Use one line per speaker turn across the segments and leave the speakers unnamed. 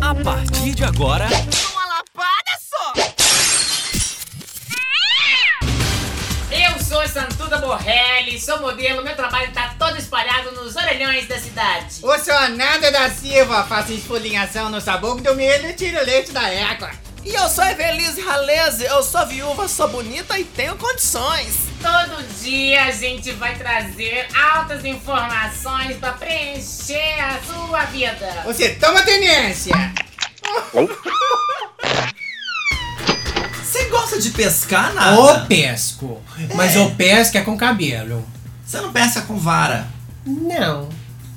A partir de agora,
Uma lapada só!
Eu sou Santuda Borrelli, sou modelo, meu trabalho tá todo espalhado nos orelhões da cidade.
O seu Nanda da Silva faz esfolinhação no sabor do milho e tira o leite da égua.
E eu sou Evelise Raleze, eu sou viúva, sou bonita e tenho condições.
Todo dia a gente vai trazer altas informações pra preencher a sua vida.
Você toma tenência!
Você gosta de pescar, nada?
Ou pesco. Mas
É.
ou pesco é com cabelo.
Você não pesca com vara?
Não.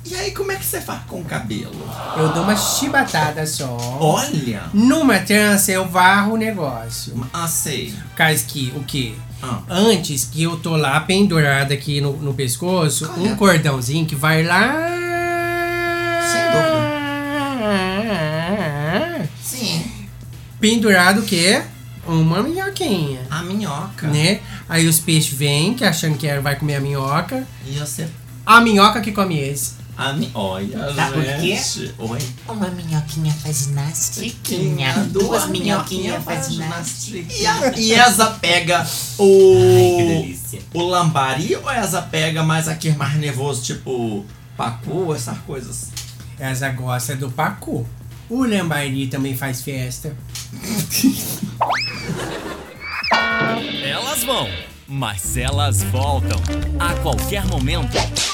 E aí, como é que você faz com o cabelo?
Eu dou uma chibatada só.
Olha!
Numa trança eu varro o negócio.
Ah, sei.
Caso que, o quê?
Ah.
Antes que eu tô lá pendurada aqui no, no pescoço,
Correto.
um cordãozinho que vai lá.
Sem Sim.
Pendurado o quê? Uma minhoquinha.
A minhoca.
Né? Aí os peixes vêm, que achando que vai comer a minhoca.
E você...
A minhoca que come esse.
A mi... Olha,
Tá, o quê?
gente. Oi.
Uma minhoquinha faz nastiquinha, duas minhoquinhas faz
E, a, e essa pega o. o lambari ou essa pega mais aquele mais nervoso, tipo pacu, essas coisas?
Essa gosta do pacu. O lambari também faz festa.
elas vão, mas elas voltam. A qualquer momento,